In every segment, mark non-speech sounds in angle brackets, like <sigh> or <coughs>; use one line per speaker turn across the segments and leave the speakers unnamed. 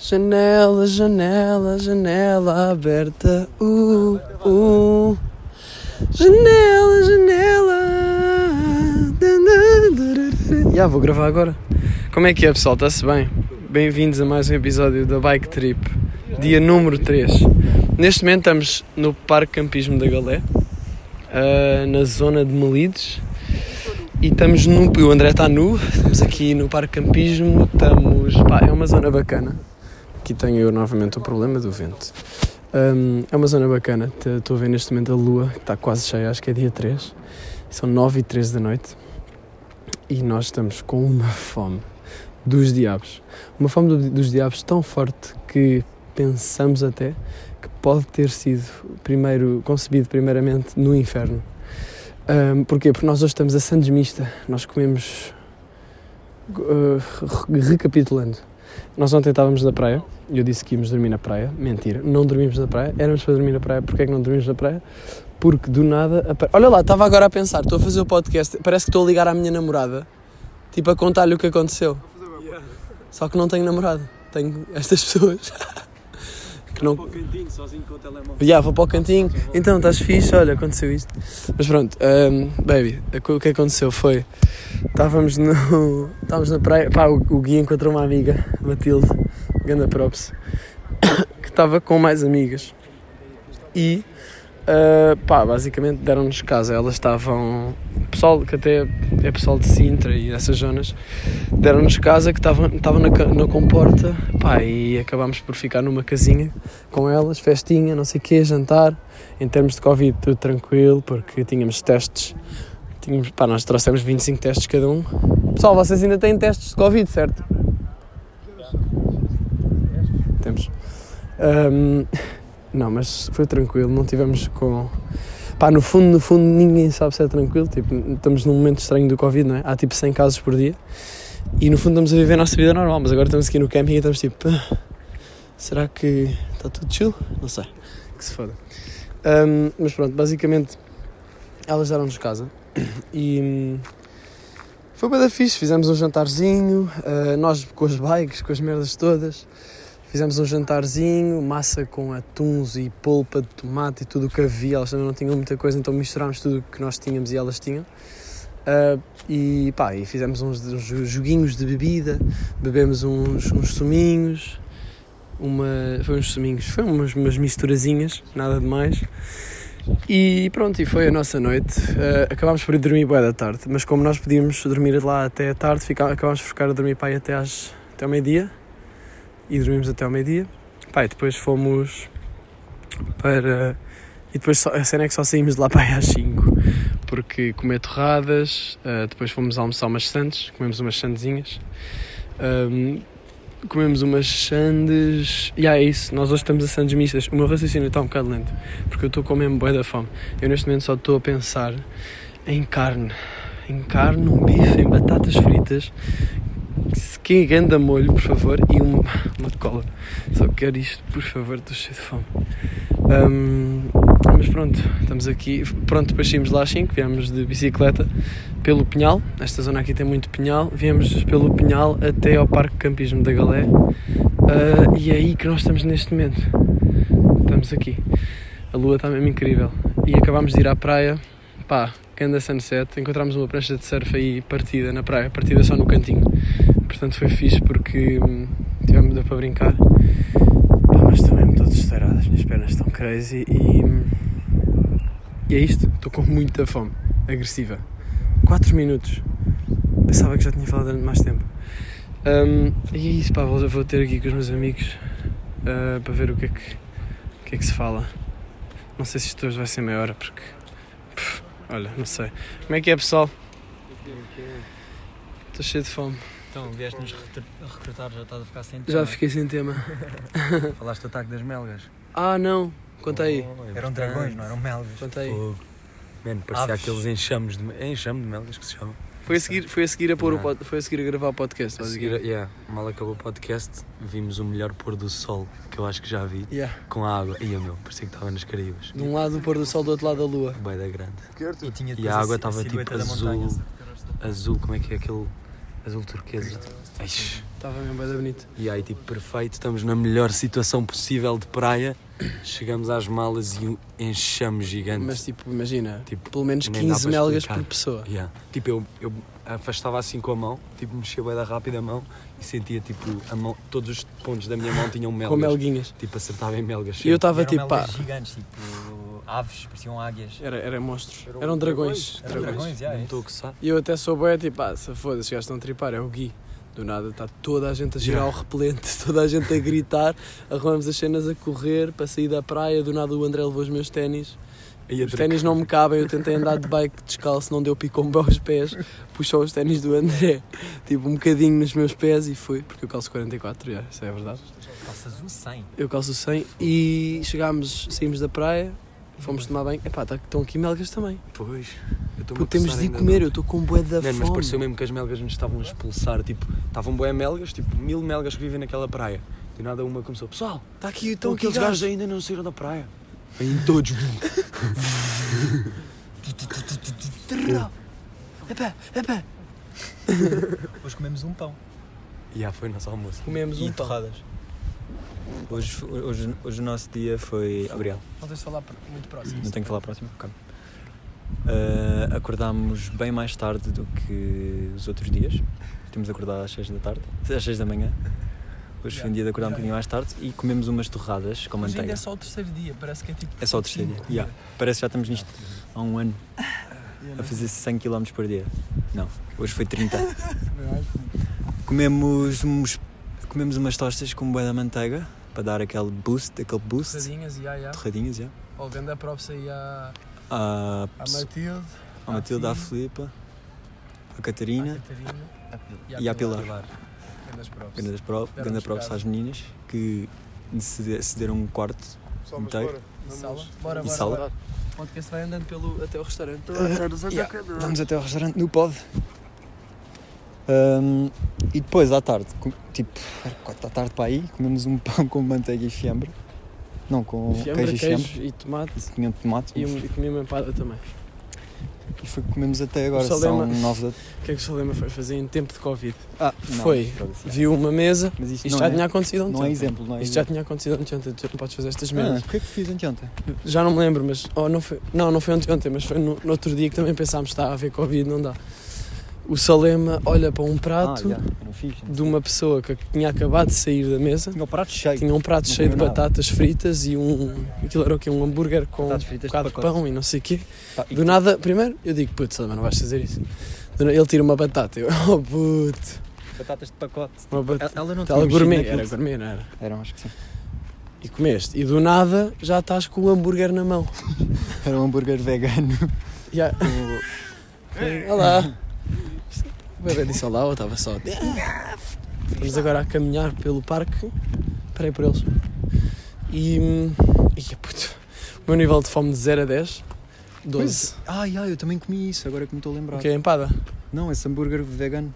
Janela, janela, janela aberta. Uh, uh. Janela, janela. Já vou gravar agora. Como é que é, pessoal? Está-se bem? Bem-vindos a mais um episódio da Bike Trip, dia número 3. Neste momento estamos no Parque Campismo da Galé, ah, na zona de Melides. E estamos no. e O André está nu, estamos aqui no Parque Campismo, estamos. pá, é uma zona bacana. Aqui tenho eu novamente o problema do vento. Hum, é uma zona bacana, te- estou a ver neste momento a lua, que está quase cheia, acho que é dia 3. São 9 e 13 da noite. E nós estamos com uma fome dos diabos. Uma fome do- dos diabos tão forte que pensamos até que pode ter sido primeiro concebido primeiramente no inferno. Ahm, porquê? Porque nós hoje estamos a sandes mista. Nós comemos. uh, re- recapitulando, nós ontem estávamos na praia e eu disse que íamos dormir na praia. Mentira, não dormimos na praia. Éramos para dormir na praia. Porquê é que não dormimos na praia? Porque do nada. a pra- Olha lá, estava agora a pensar, estou a fazer o podcast, parece que estou a ligar à minha namorada, tipo a contar-lhe o que aconteceu. Só que não tenho namorado, tenho estas pessoas <laughs> que não,
Para o cantinho, sozinho com o telemóvel.
Ya, vou para o cantinho. Então, estás fixe? Olha, aconteceu isto. Mas pronto, hum, baby, a co- o que aconteceu foi. Estávamos no. <laughs> Estávamos na praia. Pá, o, o Gui encontrou uma amiga, Matilde, Ganda Props, <coughs> que estava com mais amigas. E. ah, pá, basicamente deram-nos casa. Elas estavam. Pessoal que até é pessoal de Sintra e dessas zonas, deram-nos casa que estavam estavam na, ca- na comporta, pá, e acabámos por ficar numa casinha com elas, festinha, não sei o quê, jantar. Em termos de Covid, tudo tranquilo, porque tínhamos testes. Tínhamos, pá, nós trouxemos 25 testes cada um. Pessoal, vocês ainda têm testes de Covid, certo? Temos. Ahm, não, mas foi tranquilo, não tivemos com. Pá, no fundo, no fundo, ninguém sabe se é tranquilo. Tipo, estamos num momento estranho do Covid, não é? Há tipo 100 casos por dia. E no fundo, estamos a viver a nossa vida normal, mas agora estamos aqui no camping e estamos tipo. "Ah, será que está tudo chill? Não sei. Que se foda. Ahm, mas pronto, basicamente elas deram-nos casa e hum, foi bem da fixe. Fizemos um jantarzinho, ah, nós com as bikes, com as merdas todas. Fizemos um jantarzinho, massa com atuns e polpa de tomate e tudo o que havia. Elas também não tinham muita coisa, então misturámos tudo o que nós tínhamos e elas tinham. Ah, e pá, e fizemos uns, uns joguinhos de bebida, bebemos uns, uns suminhos, uma, foi uns suminhos, foi umas, umas misturazinhas, nada de mais. E pronto, e foi a nossa noite. Eh, acabámos por ir dormir bem da tarde, mas como nós podíamos dormir lá até à tarde, fica, acabámos por ficar a dormir pai até, às, até ao meio-dia e dormimos até ao meio-dia. Pai, depois fomos para. E depois só- a cena é que só saímos de lá <laughs> pai às 5 porque comer torradas, eh, depois fomos almoçar umas sandes, comemos umas sandezinhas. Ahm, comemos umas sandes. E é isso, nós hoje estamos a sandes mistas. O meu raciocínio está um bocado lento, porque eu estou com mesmo boia da fome. Eu neste momento só estou a pensar em carne. Em carne, um bife, em batatas fritas. Se quem ganda molho, por favor, e um uma, uma cola. Só quero isto, por favor, estou cheio de fome. Ahm, mas pronto, estamos aqui. Pronto, depois saímos lá às 5, viemos de bicicleta pelo Pinhal. Esta zona aqui tem muito Pinhal. Viemos pelo Pinhal até ao Parque Campismo da Galé. Ah, e é aí que nós estamos neste momento. Estamos aqui. A lua está mesmo incrível. E acabámos de ir à praia. Pá, grande sunset. Encontramos uma prancha de surf aí partida na praia. Partida só no cantinho. Portanto foi fixe porque hum, tivemos deu para brincar. Pá, mas também me estou destourado. As minhas pernas estão crazy. E, hum, e é isto. Estou com muita fome. Agressiva. 4 minutos. Pensava que já tinha falado durante mais tempo. Hum, e é isso, pá, vou, vou ter aqui com os meus amigos ah, para ver o que, é que, o que é que se fala. Não sei se isto hoje vai ser meia hora, porque. pff, olha, não sei. Como é que é, pessoal? Estou cheio de fome.
Então, vieste-nos recrutar- recrutar, já estás a ficar sem
Já
tema.
fiquei sem tema.
Falaste do ataque das melgas.
Ah, não! Conta aí,
É
Eram dragões, não eram melgas.
conta aí.
Mano, parecia
Aves.
aqueles enxames de, é enxame de melgas que se chama.
Foi a seguir, foi a, seguir a, pôr o
Não.
pod- foi a seguir a gravar o podcast,
A seguir,
basicamente.
yeah, mal acabou o podcast, vimos o melhor pôr do sol que eu acho que já vi,
Yeah.
com a água. Ia meu, parecia que estava nas Caraíbas.
De um lado o pôr do sol, do outro lado a lua.
Bué da grande.
E, tinha
E
depois
a água
si-
estava tipo
silhueta da
azul, azul, como é que é aquele Azul turquesa. Eish.
Estava mesmo bem bonito.
E aí, tipo, perfeito, estamos na melhor situação possível de praia. Chegamos às malas e enchamos gigante.
Mas tipo, imagina,
Tipo,
pelo menos
nem dá
15
para
melgas
explicar.
por pessoa.
Yeah. Tipo, eu, eu afastava assim com a mão, tipo, mexia bem da rápida a mão e sentia, tipo, a mão, todos os pontos da minha mão tinham melgas.
Com melguinhas.
Tipo, acertava em melgas.
E eu estava
Eram
tipo, pá.
melgas gigantes, tipo aves, pareciam águias.
Era, era monstros.
um
Eram dragões.
Eram dragões, já, é
Não
isso.
estou a coçar.
E eu até sou boé, tipo, ah, se foda-se, os gajos estão a tripar, é o Gui. Do nada está toda a gente a girar
Yeah.
o repelente, <laughs> toda a gente a gritar, arrumamos as cenas a correr para sair da praia, do nada o André levou os meus ténis.
E a
Os ténis não me cabem, eu tentei andar de bike descalço, não deu picombo aos pés, puxou os ténis do André, tipo um bocadinho nos meus pés e fui, porque eu calço 44, já, isso é verdade.
Calças o 100.
Eu calço 100 e chegámos, saímos da praia, fomos tomar banho, epá, tá- estão aqui melgas também.
Pois, eu estou-me
Pô,
a
temos
coçar
de ir
ainda,
comer, eu
não.
estou com bué da
Mano,
fome.
mas pareceu mesmo que as melgas nos estavam a expulsar. Tipo, estavam boé melgas, tipo, mil melgas que vivem naquela praia. De nada uma começou, pessoal,
Está Tá aqui,
então
estão aqui
aqueles
gajos.
gajos ainda não saíram da praia. Vêm todos.
Epá, epá.
Hoje comemos um pão.
e já foi o nosso almoço.
Comemos um pão.
Hoje, hoje, hoje o nosso dia foi. Gabriel,
Não tens de falar pr- muito próximo.
não tenho que falar próximo? Ok. Ah, acordámos bem mais tarde do que os outros dias. Temos acordado às 6 da tarde, às 6 da manhã. Hoje foi um dia de acordar um bocadinho mais tarde e comemos umas torradas com manteiga.
é só o terceiro dia, parece que é tipo.
É só o terceiro dia. Yeah. Parece que já estamos nisto há um ano
é
a fazer 100 km por dia. Não, hoje foi 30. <laughs>
né?
comemos, uns, comemos umas tostas com bué da manteiga para dar aquele boost, aquele
<laughs>
boost.
Tadinhas, ia, ia.
Torradinhas, já. Ah,
Ou vendo a props aí à,
À,
à Matilde,
à Matilde, à
Filipa,
Filipa, à
à
Catarina,
Ah, Catarina
E à Pilar.
Vendas props.
grande pro-
Deram-nos
grande props
casa.
às meninas que cede- cederam um quarto inteiro.
Sala. Bora,
E
bora.
sala.
bora. O podcast vai andando pelo, até o
<laughs>
restaurante.
Yeah, Vamos até ao restaurante no pod. Ahm, e depois à tarde, com- tipo, era quatro da tarde para aí, comemos um <laughs> pão com manteiga e fiambre. Não, com
Fiambre,
Um queijo e
queijo,
fiambre.
e tomate.
Tinha tomate.
E,
E,
um, e comi uma empada também.
foi o que comemos até agora.
só
São
lembro-
nove da.
O que é que o Salema foi fazer em tempo de Covid?
Ah,
Foi.
foda-se.
Viu uma mesa,
Mas isto,
isto
não,
já
é,
tinha acontecido ontem.
não é exemplo, não é
Isto já
exemplo.
tinha acontecido ontem, ontem, tu não podes fazer estas
Ah,
merdas.
o que é que fiz anteontem?
Já não me lembro, mas. Oh, não, foi, não, não foi ontem, ontem, mas foi no, no outro dia que também pensámos está a haver Covid, não dá. O Salema olha para um
Ah,
prato
já, eu não fiz.
de uma pessoa que tinha acabado de sair da mesa.
Tinha o prato cheio.
Tinha um prato
Não
cheio de
comeu nada.
batatas fritas e um. Aquilo era o quê? Um hambúrguer com um
Batatas fritas de
bocado de
pacote.
pão e não sei o quê.
Pá, e-
Do nada, primeiro, eu digo, puto, Salema, não vais fazer isso. Do na- Ele tira uma batata, eu, <laughs> oh puto,
Batatas de pacote.
uma batata.
Ela, ela não tinha
Ela
mexido
Tá gourmet,
naquilo.
era gourmet, não era?
Eram, acho que sim.
E comeste, e do nada já estás com o hambúrguer na mão.
Era um hambúrguer vegano.
E há- Olá! O <laughs> bebê disse olá ou estava só. Vamos agora a caminhar pelo parque. Parei por eles. E. hum, Ia puto. O meu nível de fome de 0 a 10, 12.
<laughs> Ai, ai, eu também comi isso, agora que me estou a lembrar.
O que é empada?
Não, esse hambúrguer vegano.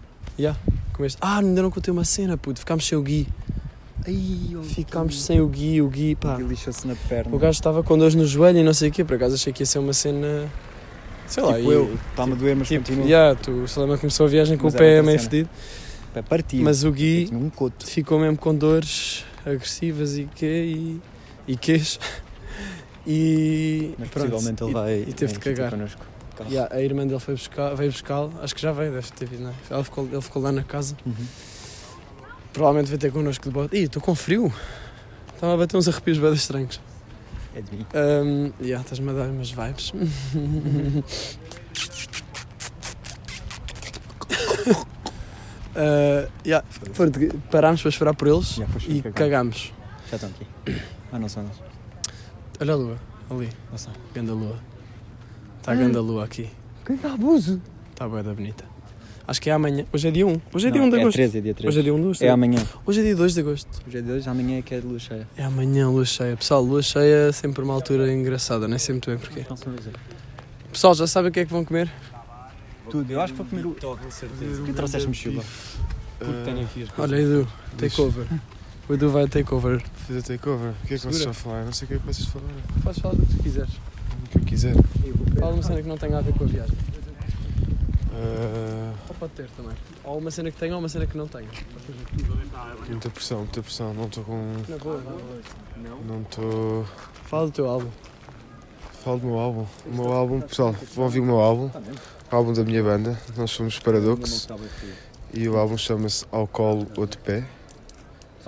Comeste. Ah, ainda não contei uma cena, puto. Ficámos sem o Gui.
Ai, eu
Ficámos sem o Gui, o Gui, pá.
E lixou-se na perna.
O gajo estava com dois no joelho e não sei o quê. Por acaso achei que ia ser uma cena. Sei lá,
tipo
e-
eu, está-me a doer, mas
Tipo,
continua.
yeah, tu, o Salama começou a viagem com
Mas
o
era
pé
outra
meio
cena.
fedido,
Pé partido.
mas o
Eu
Gui
tinha um coto.
ficou mesmo com dores agressivas e quê e, e quês. E
Mas
pronto,
possivelmente ele
e-
vai.
e teve de
vai ficar
cagar.
Connosco. carro.
yeah, a irmã dele foi buscar, veio buscá-lo, acho que já veio, deve ter vindo, não é? Ela ficou- ele ficou lá na casa.
Uhum.
Provavelmente vai ter connosco de bote. Ih, estou com frio. Estava a bater uns arrepios bem estranhos.
É de mim.
Um, yeah, estás-me a dar umas vibes. <laughs> uh, yeah, português- parámos para esperar por eles
Já, pois,
e
cagar.
cagámos.
Já estão aqui. Ah, não são nós.
Olha a lua, ali,
Não são.
ganda lua. Está a ganda lua Tá aqui.
Quem dá abuso?
Está bué da bonita. Agosto. Acho que é amanhã. Hoje é dia 1. Hoje é
Não,
dia 1 de
é
agosto.
13, é dia 13.
Hoje é dia 1 de agosto.
É amanhã.
Hoje é dia 2 de agosto.
Hoje é dia 2, amanhã é que é de lua cheia.
É amanhã, lua cheia. Pessoal, lua cheia é sempre uma altura engraçada, nem sei muito bem porquê.
Não sei dizer.
Pessoal, já sabem o que é que vão comer?
Tudo, eu acho que vou comer o.
Toque, de certeza.
Porquê trouxeste mochila?
Eh,
Porque tenho aqui as coisas.
Olha, Edu, takeover. O Edu vai takeover.
Fazer takeover? O que é que vocês
Segura.
estão a falar? Não sei o que é que vocês falaram.
Podes falar do que tu quiseres.
O que eu quiser.
Fala uma cena que não tenha a ver com a viagem.
Ah,
Ou pode ter também. Ou uma cena que tenha ou uma cena que não tenha.
muita pressão, muita pressão. Não estou com.
Na boa,
Não estou.
Fala do teu álbum.
Falo do meu álbum. O meu álbum, pessoal, vão ouvir o meu álbum.
Tá
O álbum da minha banda. Nós somos Paradox. E o álbum chama-se Ao Colo Outro Pé.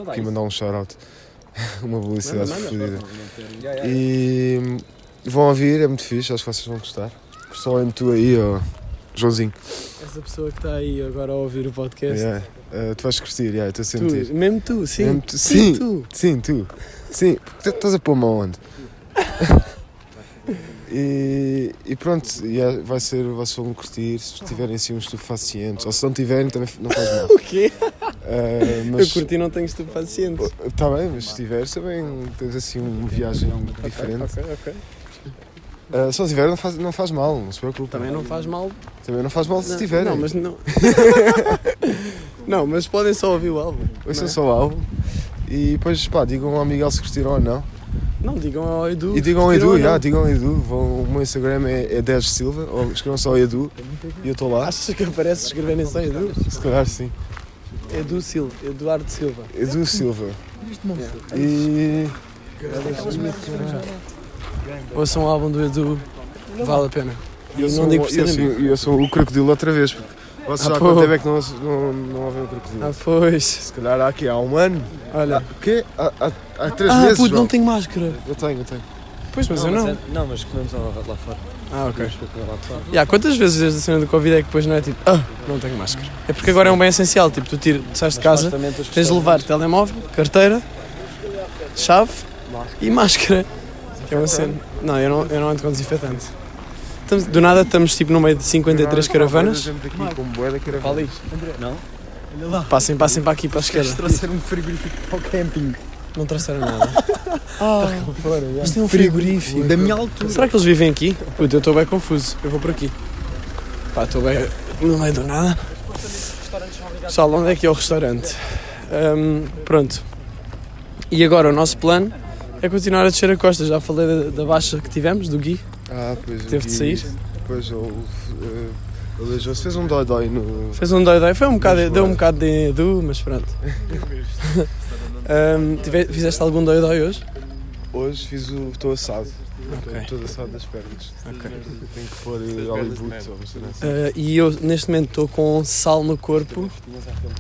Aqui mandar um shout-out. <laughs> Uma publicidade
Manda, manda.
fodida. E hum, vão ouvir, é muito fixe, acho que vocês vão gostar. Pessoal, é tu aí, ó. Joãozinho.
Essa pessoa que está aí agora a ouvir o podcast.
Yeah. Ah, tu vais curtir, yeah, estou a sentir.
Tu, mesmo tu, sim.
Mesmo tu-
Sim,
sim.
tu.
Sim, tu. Sim, porque tu estás a
<laughs>
pôr-me aonde? e, e pronto, e é- vai ser, vocês vão curtir se tiverem assim um estupefaciente. Ou se não tiverem, também não faz
<laughs>
mal.
O quê?
Ah,
Eu
mas
curti e não tenho estupefacientes.
Está bem, mas se tiveres também tens assim uma viagem diferente.
Ok, ok.
Ah, se não tiver, não faz, não faz mal, não se preocupe.
Também não faz mal.
Também não faz mal se
não-
tiverem.
Não, mas
<laughs>
não. não, mas podem só ouvir o álbum.
Ouçam
não é?
só o álbum. E depois, pá, digam ao Miguel se curtiram ou não.
Não, digam ao Edu.
E digam ao
curtiram
Edu,
ou
já,
não.
digam ao Edu. Vão, o meu Instagram é, é 10 Silva, ou escrevam só Edu e eu estou lá.
Achas que aparece escreverem só Edu?
Se calhar sim.
Edu Silva, Eduardo Silva.
Edu Silva. E.
Ouçam o álbum do Edu, vale a pena.
eu
não
sou-
digo por ser
eu sou-
amigo.
Eu sou o crocodilo outra vez, porque vocês
Ah,
já há
pô.
quanto tempo é que não, não, não ouvem o crocodilo?
Ah, pois.
Se calhar há aqui há um ano.
Olha.
O quê? Há, há, há três
Ah,
meses.
puto, não
João.
tenho máscara.
Eu tenho, eu tenho.
Pois, mas eu não.
Mas é- não, mas comemos lá, lá fora.
É.
Ah, ok.
Comemos pouco lá fora.
Yeah, quantas vezes desde a cena do Covid é que depois não é tipo, ah, não tenho máscara? É porque agora é um bem essencial, tipo, tu tira, tu sais de casa,
Supostamente as
tens de
pessoas-
levar telemóvel, carteira, chave e máscara. Que é uma cena. Não, eu não, eu não ando com desinfetante. Estamos- do nada estamos tipo no meio de 53 caravanas.
Nós estamos aqui com bué da caravana.
é
Passem, passem para aqui, para a esquerda.
Trouxer um frigorífico para o camping.
Não trouxeram nada. <laughs> Ah, mas tem um frigorífico.
Da minha altura.
Será que eles vivem aqui? Puta, eu estou bem confuso. Eu vou por aqui. Pá, estou bem no meio do nada. Pessoal, onde é que é o restaurante? Hum, pronto. E agora o nosso plano é continuar a descer a costa. Já falei da, da baixa que tivemos, do Gui.
Ah, pois. o
Teve de
Gui-
sair.
Depois ele. eh, Aleijou-se, fez um dói-dói no.
Fez um dói-dói. Foi um bocado,
Vamos
deu um
lá.
bocado de edu, mas pronto. Hum, tive- fizeste algum dói-dói hoje?
Hoje fiz o. Estou assado.
Ok.
Estou assado das pernas.
Ok.
Tenho que pôr eh, óleo bruto ou uma cena assim.
Uh, e eu neste momento estou com sal no corpo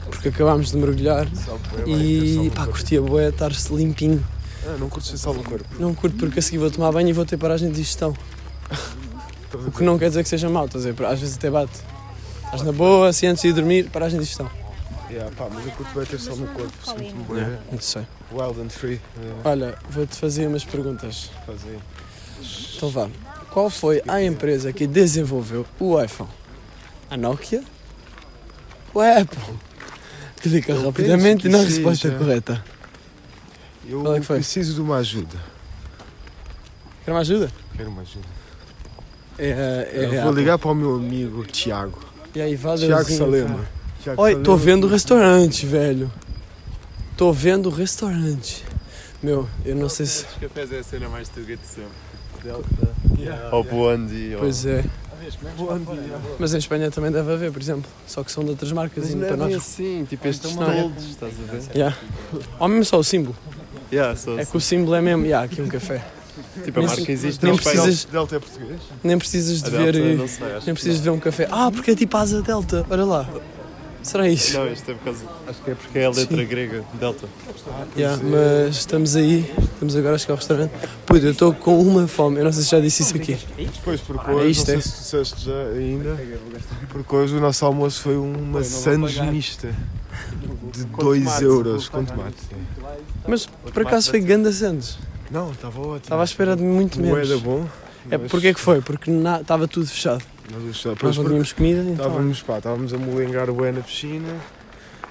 porque acabámos de mergulhar e pá, curti a boia estar-se limpinho.
Ah, não curtes sal no corpo.
Não curto porque a seguir vou tomar banho e vou ter paragem de digestão. O que não quer dizer que seja mau, estás a dizer, às vezes até bate. Estás na boa, assim antes de ir dormir, paragem de digestão.
Yeah, pá, mas eu curto bem ter sal no corpo. Sinto-me bem.
Muito sei.
Wild and free. eh,
Olha, vou-te fazer umas perguntas.
fazer.
Então vá. Qual foi a empresa que desenvolveu o iPhone? A Nokia? Ou a Apple? <laughs> Clica
Eu
rapidamente
penso que
na resposta
seja.
correta.
Eu
Qual é que foi?
preciso de uma ajuda.
Quer uma ajuda?
Quero uma ajuda.
É, é,
Eu vou ligar para o meu amigo Tiago.
E aí, valeuzinho.
Tiago Salema. Tiago
Tá
Oi, tô
Salema.
vendo o restaurante, velho. Tô vendo o restaurante. Meu, eu não sei se.
cafés é a cena mais tuga de sempre.
Ao Bondi. ao-
Pois é.
Tá
Mas em Espanha também deve haver, por exemplo. Só que são de outras marcas e
Mas
não
não
para
é bem
nós.
assim, tipo estes
não é.
toldos, estás a ver?
Ou mesmo só o símbolo.
Yeah, só
É que o símbolo é mesmo. Yeah, aqui um café.
Tipo, a
nem-
marca existe
nem
não
precisa- precisas-
Delta é português?
Nem precisas
A
de
Delta,
ver.
não sei, acho
Nem
que
precisas de ver um café. Ah, porque é tipo asa delta. Olha lá. Será isso?
Não, isto é por causa. Acho que é porque é a letra grega, Delta.
Yeah,
é.
mas estamos aí, estamos agora a chegar ao restaurante. Puta, eu estou com uma fome, eu não sei se já disse isso aqui.
Depois, porque
é
hoje,
isto,
não
é?
sei se tu disseste já ainda, porque hoje o nosso almoço foi uma sandes mista de 2 euros com tomate.
Tá. Mas por acaso foi Ganda Santos.
Não, estava ótimo.
Estava à espera de muito menos.
Moeda bom.
É
mas
porque é que foi? Porque na- estava tudo fechado.
Nós, só-
Nós
pois,
não
porque
tínhamos comida, então.
estávamos, pá, estávamos a molengar o bué na piscina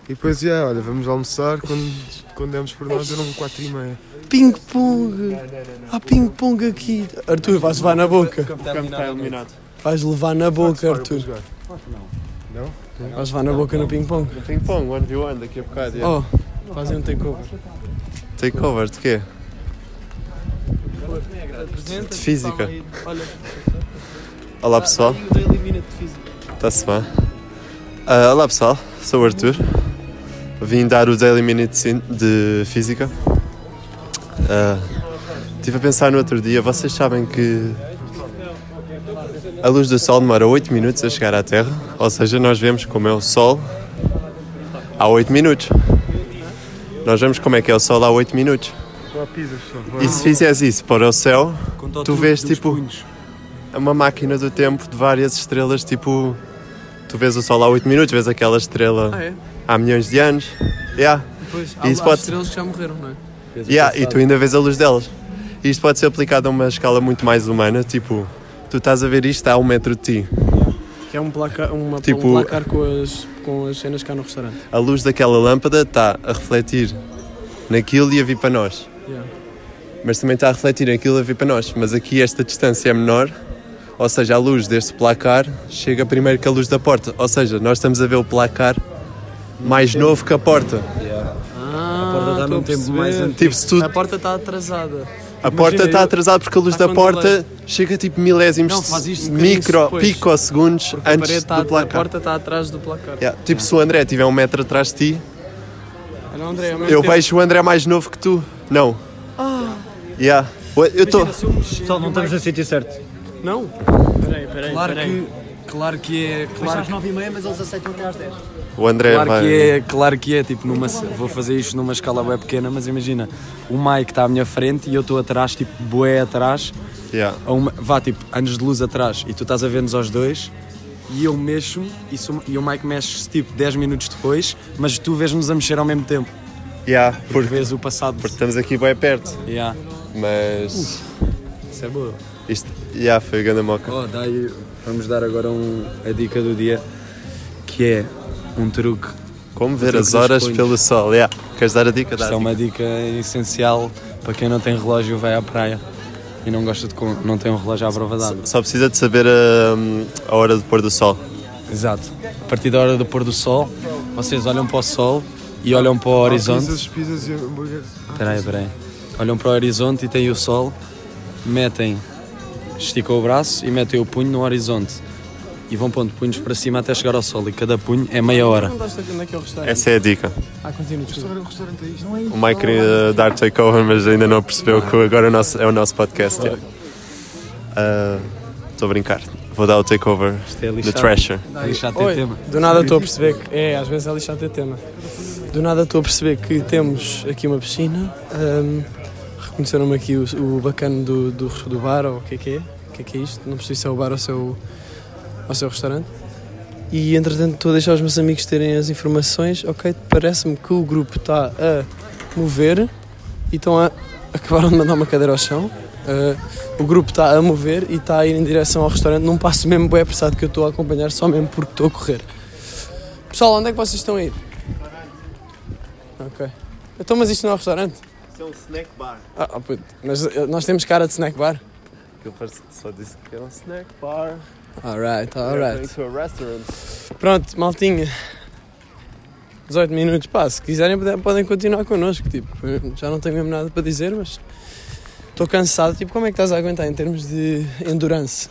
e depois, já, olha, vamos almoçar. Quando, quando demos por nós eram 4 e meia.
Ping-pong! Há ping-pong aqui! Arthur, vais levar na boca!
O campo está eliminado.
Vais levar na boca, Arthur!
Jogar.
Vais levar na boca no ping-pong!
Ping-pong, 1v1 daqui a bocado. Yeah.
Oh, fazem um takeover.
Oh. Take cover de quê? De física. Olá pessoal. Está-se bem. Ah, olá pessoal, sou o Arthur. Vim dar o Daily Minute Sin- de Física. Estive a pensar no outro dia, vocês sabem que a luz do Sol demora 8 minutos a chegar à Terra, ou seja, nós vemos como é o Sol há 8 minutos. Nós vemos como é que é o Sol há 8 minutos. E se fizeres isso para o céu,
Conta o
Tu
truque
vês,
dos
tipo,
punhos.
é uma máquina do tempo de várias estrelas, tipo. Tu vês o Sol há 8 minutos, vês aquela estrela
Ah, é?
há milhões de anos. Yeah.
Depois, há,
há- Isso há
há
pode-
estrelas que já morreram, não é?
Yeah, e tu ainda vês a luz delas. E Isto pode ser aplicado a uma escala muito mais humana, tipo, tu estás a ver isto a um metro de ti.
Que é um placar, uma,
Tipo-
um placar com as, com as cenas cá no restaurante.
A luz daquela lâmpada está a refletir naquilo e a vir para nós.
Yeah.
Mas também está a refletir naquilo e a vir para nós. Mas aqui esta distância é menor, ou seja, a luz deste placar chega primeiro que a luz da porta. Ou seja, nós estamos a ver o placar mais novo que a porta.
Ah,
A porta dá-me
estou
um tempo
perceber.
mais
Tipo, se tu
A porta está atrasada.
A porta está atrasada porque a luz
Tá
da
com
porta chega tipo milésimos,
Não, faz isto um bocadinho
micro,
depois.
picosegundos
Porque a, parede
antes
está-
do
a
placar.
porta está atrás do placar.
Yeah, Tipo, se o André tiver um metro atrás de ti,
Olha, André, ao mesmo
eu
tempo-
vejo o André mais novo que tu. Não.
Ah.
Yeah. Ué, Eu estou.
Pessoal,
Então,
não estamos no sítio certo.
Não?
Peraí, peraí,
Claro que, claro que é. Claro, que-
9h30, mas eles aceitam até às 10.
O André
Claro
vai.
que é, claro que é, tipo, numa, vou fazer isto numa escala bem pequena, mas imagina, o Mike está à minha frente e eu estou atrás, tipo, bué atrás,
Yeah.
a uma- vá, tipo, anos de luz atrás, e tu estás a ver-nos aos dois, e eu mexo-me, e, sou- e o Mike mexe-se, tipo, 10 minutos depois, mas tu vês-nos a mexer ao mesmo tempo,
Yeah,
por
Porque
vês o passado.
estamos aqui bem perto.
Yeah.
Mas.
Isso é boa.
Isto. Yeah, foi a grande moca.
Oh, daí, vamos dar agora um- a dica do dia, que é um truque
Como ver
Truque
as
dos
horas
punhos.
pelo sol. Yeah. Queres dar a dica? Dá a
Isto é
dica.
uma dica essencial para quem não tem relógio vai à praia e não gosta de com- não tem um relógio à prova d'água.
Só precisa de saber hum, a, a hora do pôr do sol.
Exato. A partir da hora do pôr do sol, vocês olham para o sol e olham para o horizonte.
pizzas e Ah, hambúrgueres.
Espera aí, espera aí. Olham para o horizonte e têm o sol, metem, esticam o braço e metem o punho no horizonte. E vão pondo punhos para cima até chegar ao sol e cada punho é meia hora.
Perguntaste onde é que é o restaurante?
Essa é a dica.
Ah, continua. desculpa.
é
é
O Mike queria dar takeover, mas ainda não percebeu que agora é o nosso, é o nosso podcast. Estou a brincar. Vou dar o takeover
Isto é
do
lixado.
Thrasher.
Lixado tem
Oi,
tema.
do nada estou a perceber que. É, às vezes é lixado ter tema. Do nada estou a perceber que temos aqui uma piscina. ahm, Reconheceram-me aqui o, o bacana do, do, do bar, ou o que é que é? O que é que é isto? Não preciso se é o bar ou se é o, ao seu restaurante. E entretanto estou a deixar os meus amigos terem as informações. Ok, parece-me que o grupo está a mover e estão a. acabaram de mandar uma cadeira ao chão. Ah, o grupo está a mover e está a ir em direção ao restaurante num passo mesmo bem apressado que eu estou a acompanhar só mesmo porque estou a correr. Pessoal, onde é que vocês estão a ir? Ok. Então, mas isto não é um restaurante?
Isto é um snack bar.
Ah, oh, puto, mas eh, nós temos cara de snack bar?
Eu só disse que é um snack bar.
Alright, alright.
to a restaurant. <laughs>
Pronto, maltinha. 18 minutos, pá, se quiserem podem- podem continuar connosco, tipo, eu já não tenho mesmo nada para dizer, mas estou cansado, tipo, como é que estás a aguentar em termos de endurance?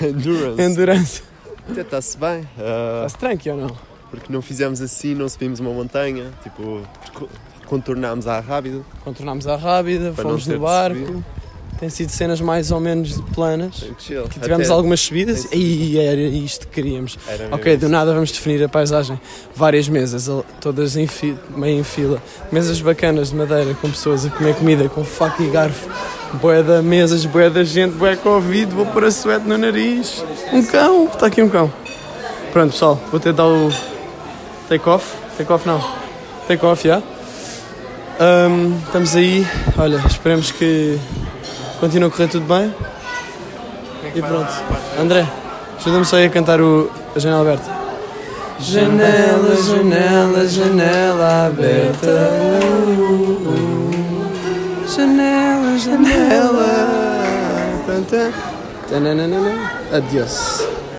Endurance.
Endurance.
Até está-se bem. Ah,
Estás tranqui ou não?
porque não fizemos assim, não subimos uma montanha. Tipo, perco- contornámos à rápido.
Contornámos a rábida,
Para não
fomos
ter
no
de
barco,
subir.
tem sido cenas mais ou menos planas,
Tem que um chill.
que tivemos
Até-
algumas subidas
Tem
e era isto que queríamos.
Era mesmo
Ok, do nada vamos definir a paisagem. Várias mesas, al- todas em fi- meio em fila. Mesas bacanas de madeira, com pessoas a comer comida, com faca e garfo. Boé da mesas, boé da gente, boé Covid, vou pôr a suete no nariz. Um cão, está aqui um cão. Pronto, pessoal, vou ter de dar o take-off. Take-off não. Take-off, já. Ahm, estamos aí. Olha, esperemos que continue a correr tudo bem. E pronto. André, ajuda-me só aí a cantar o, a janela aberta. Janela, janela, janela aberta. Janela, janela. Tan, tan. Tananana. Adiós.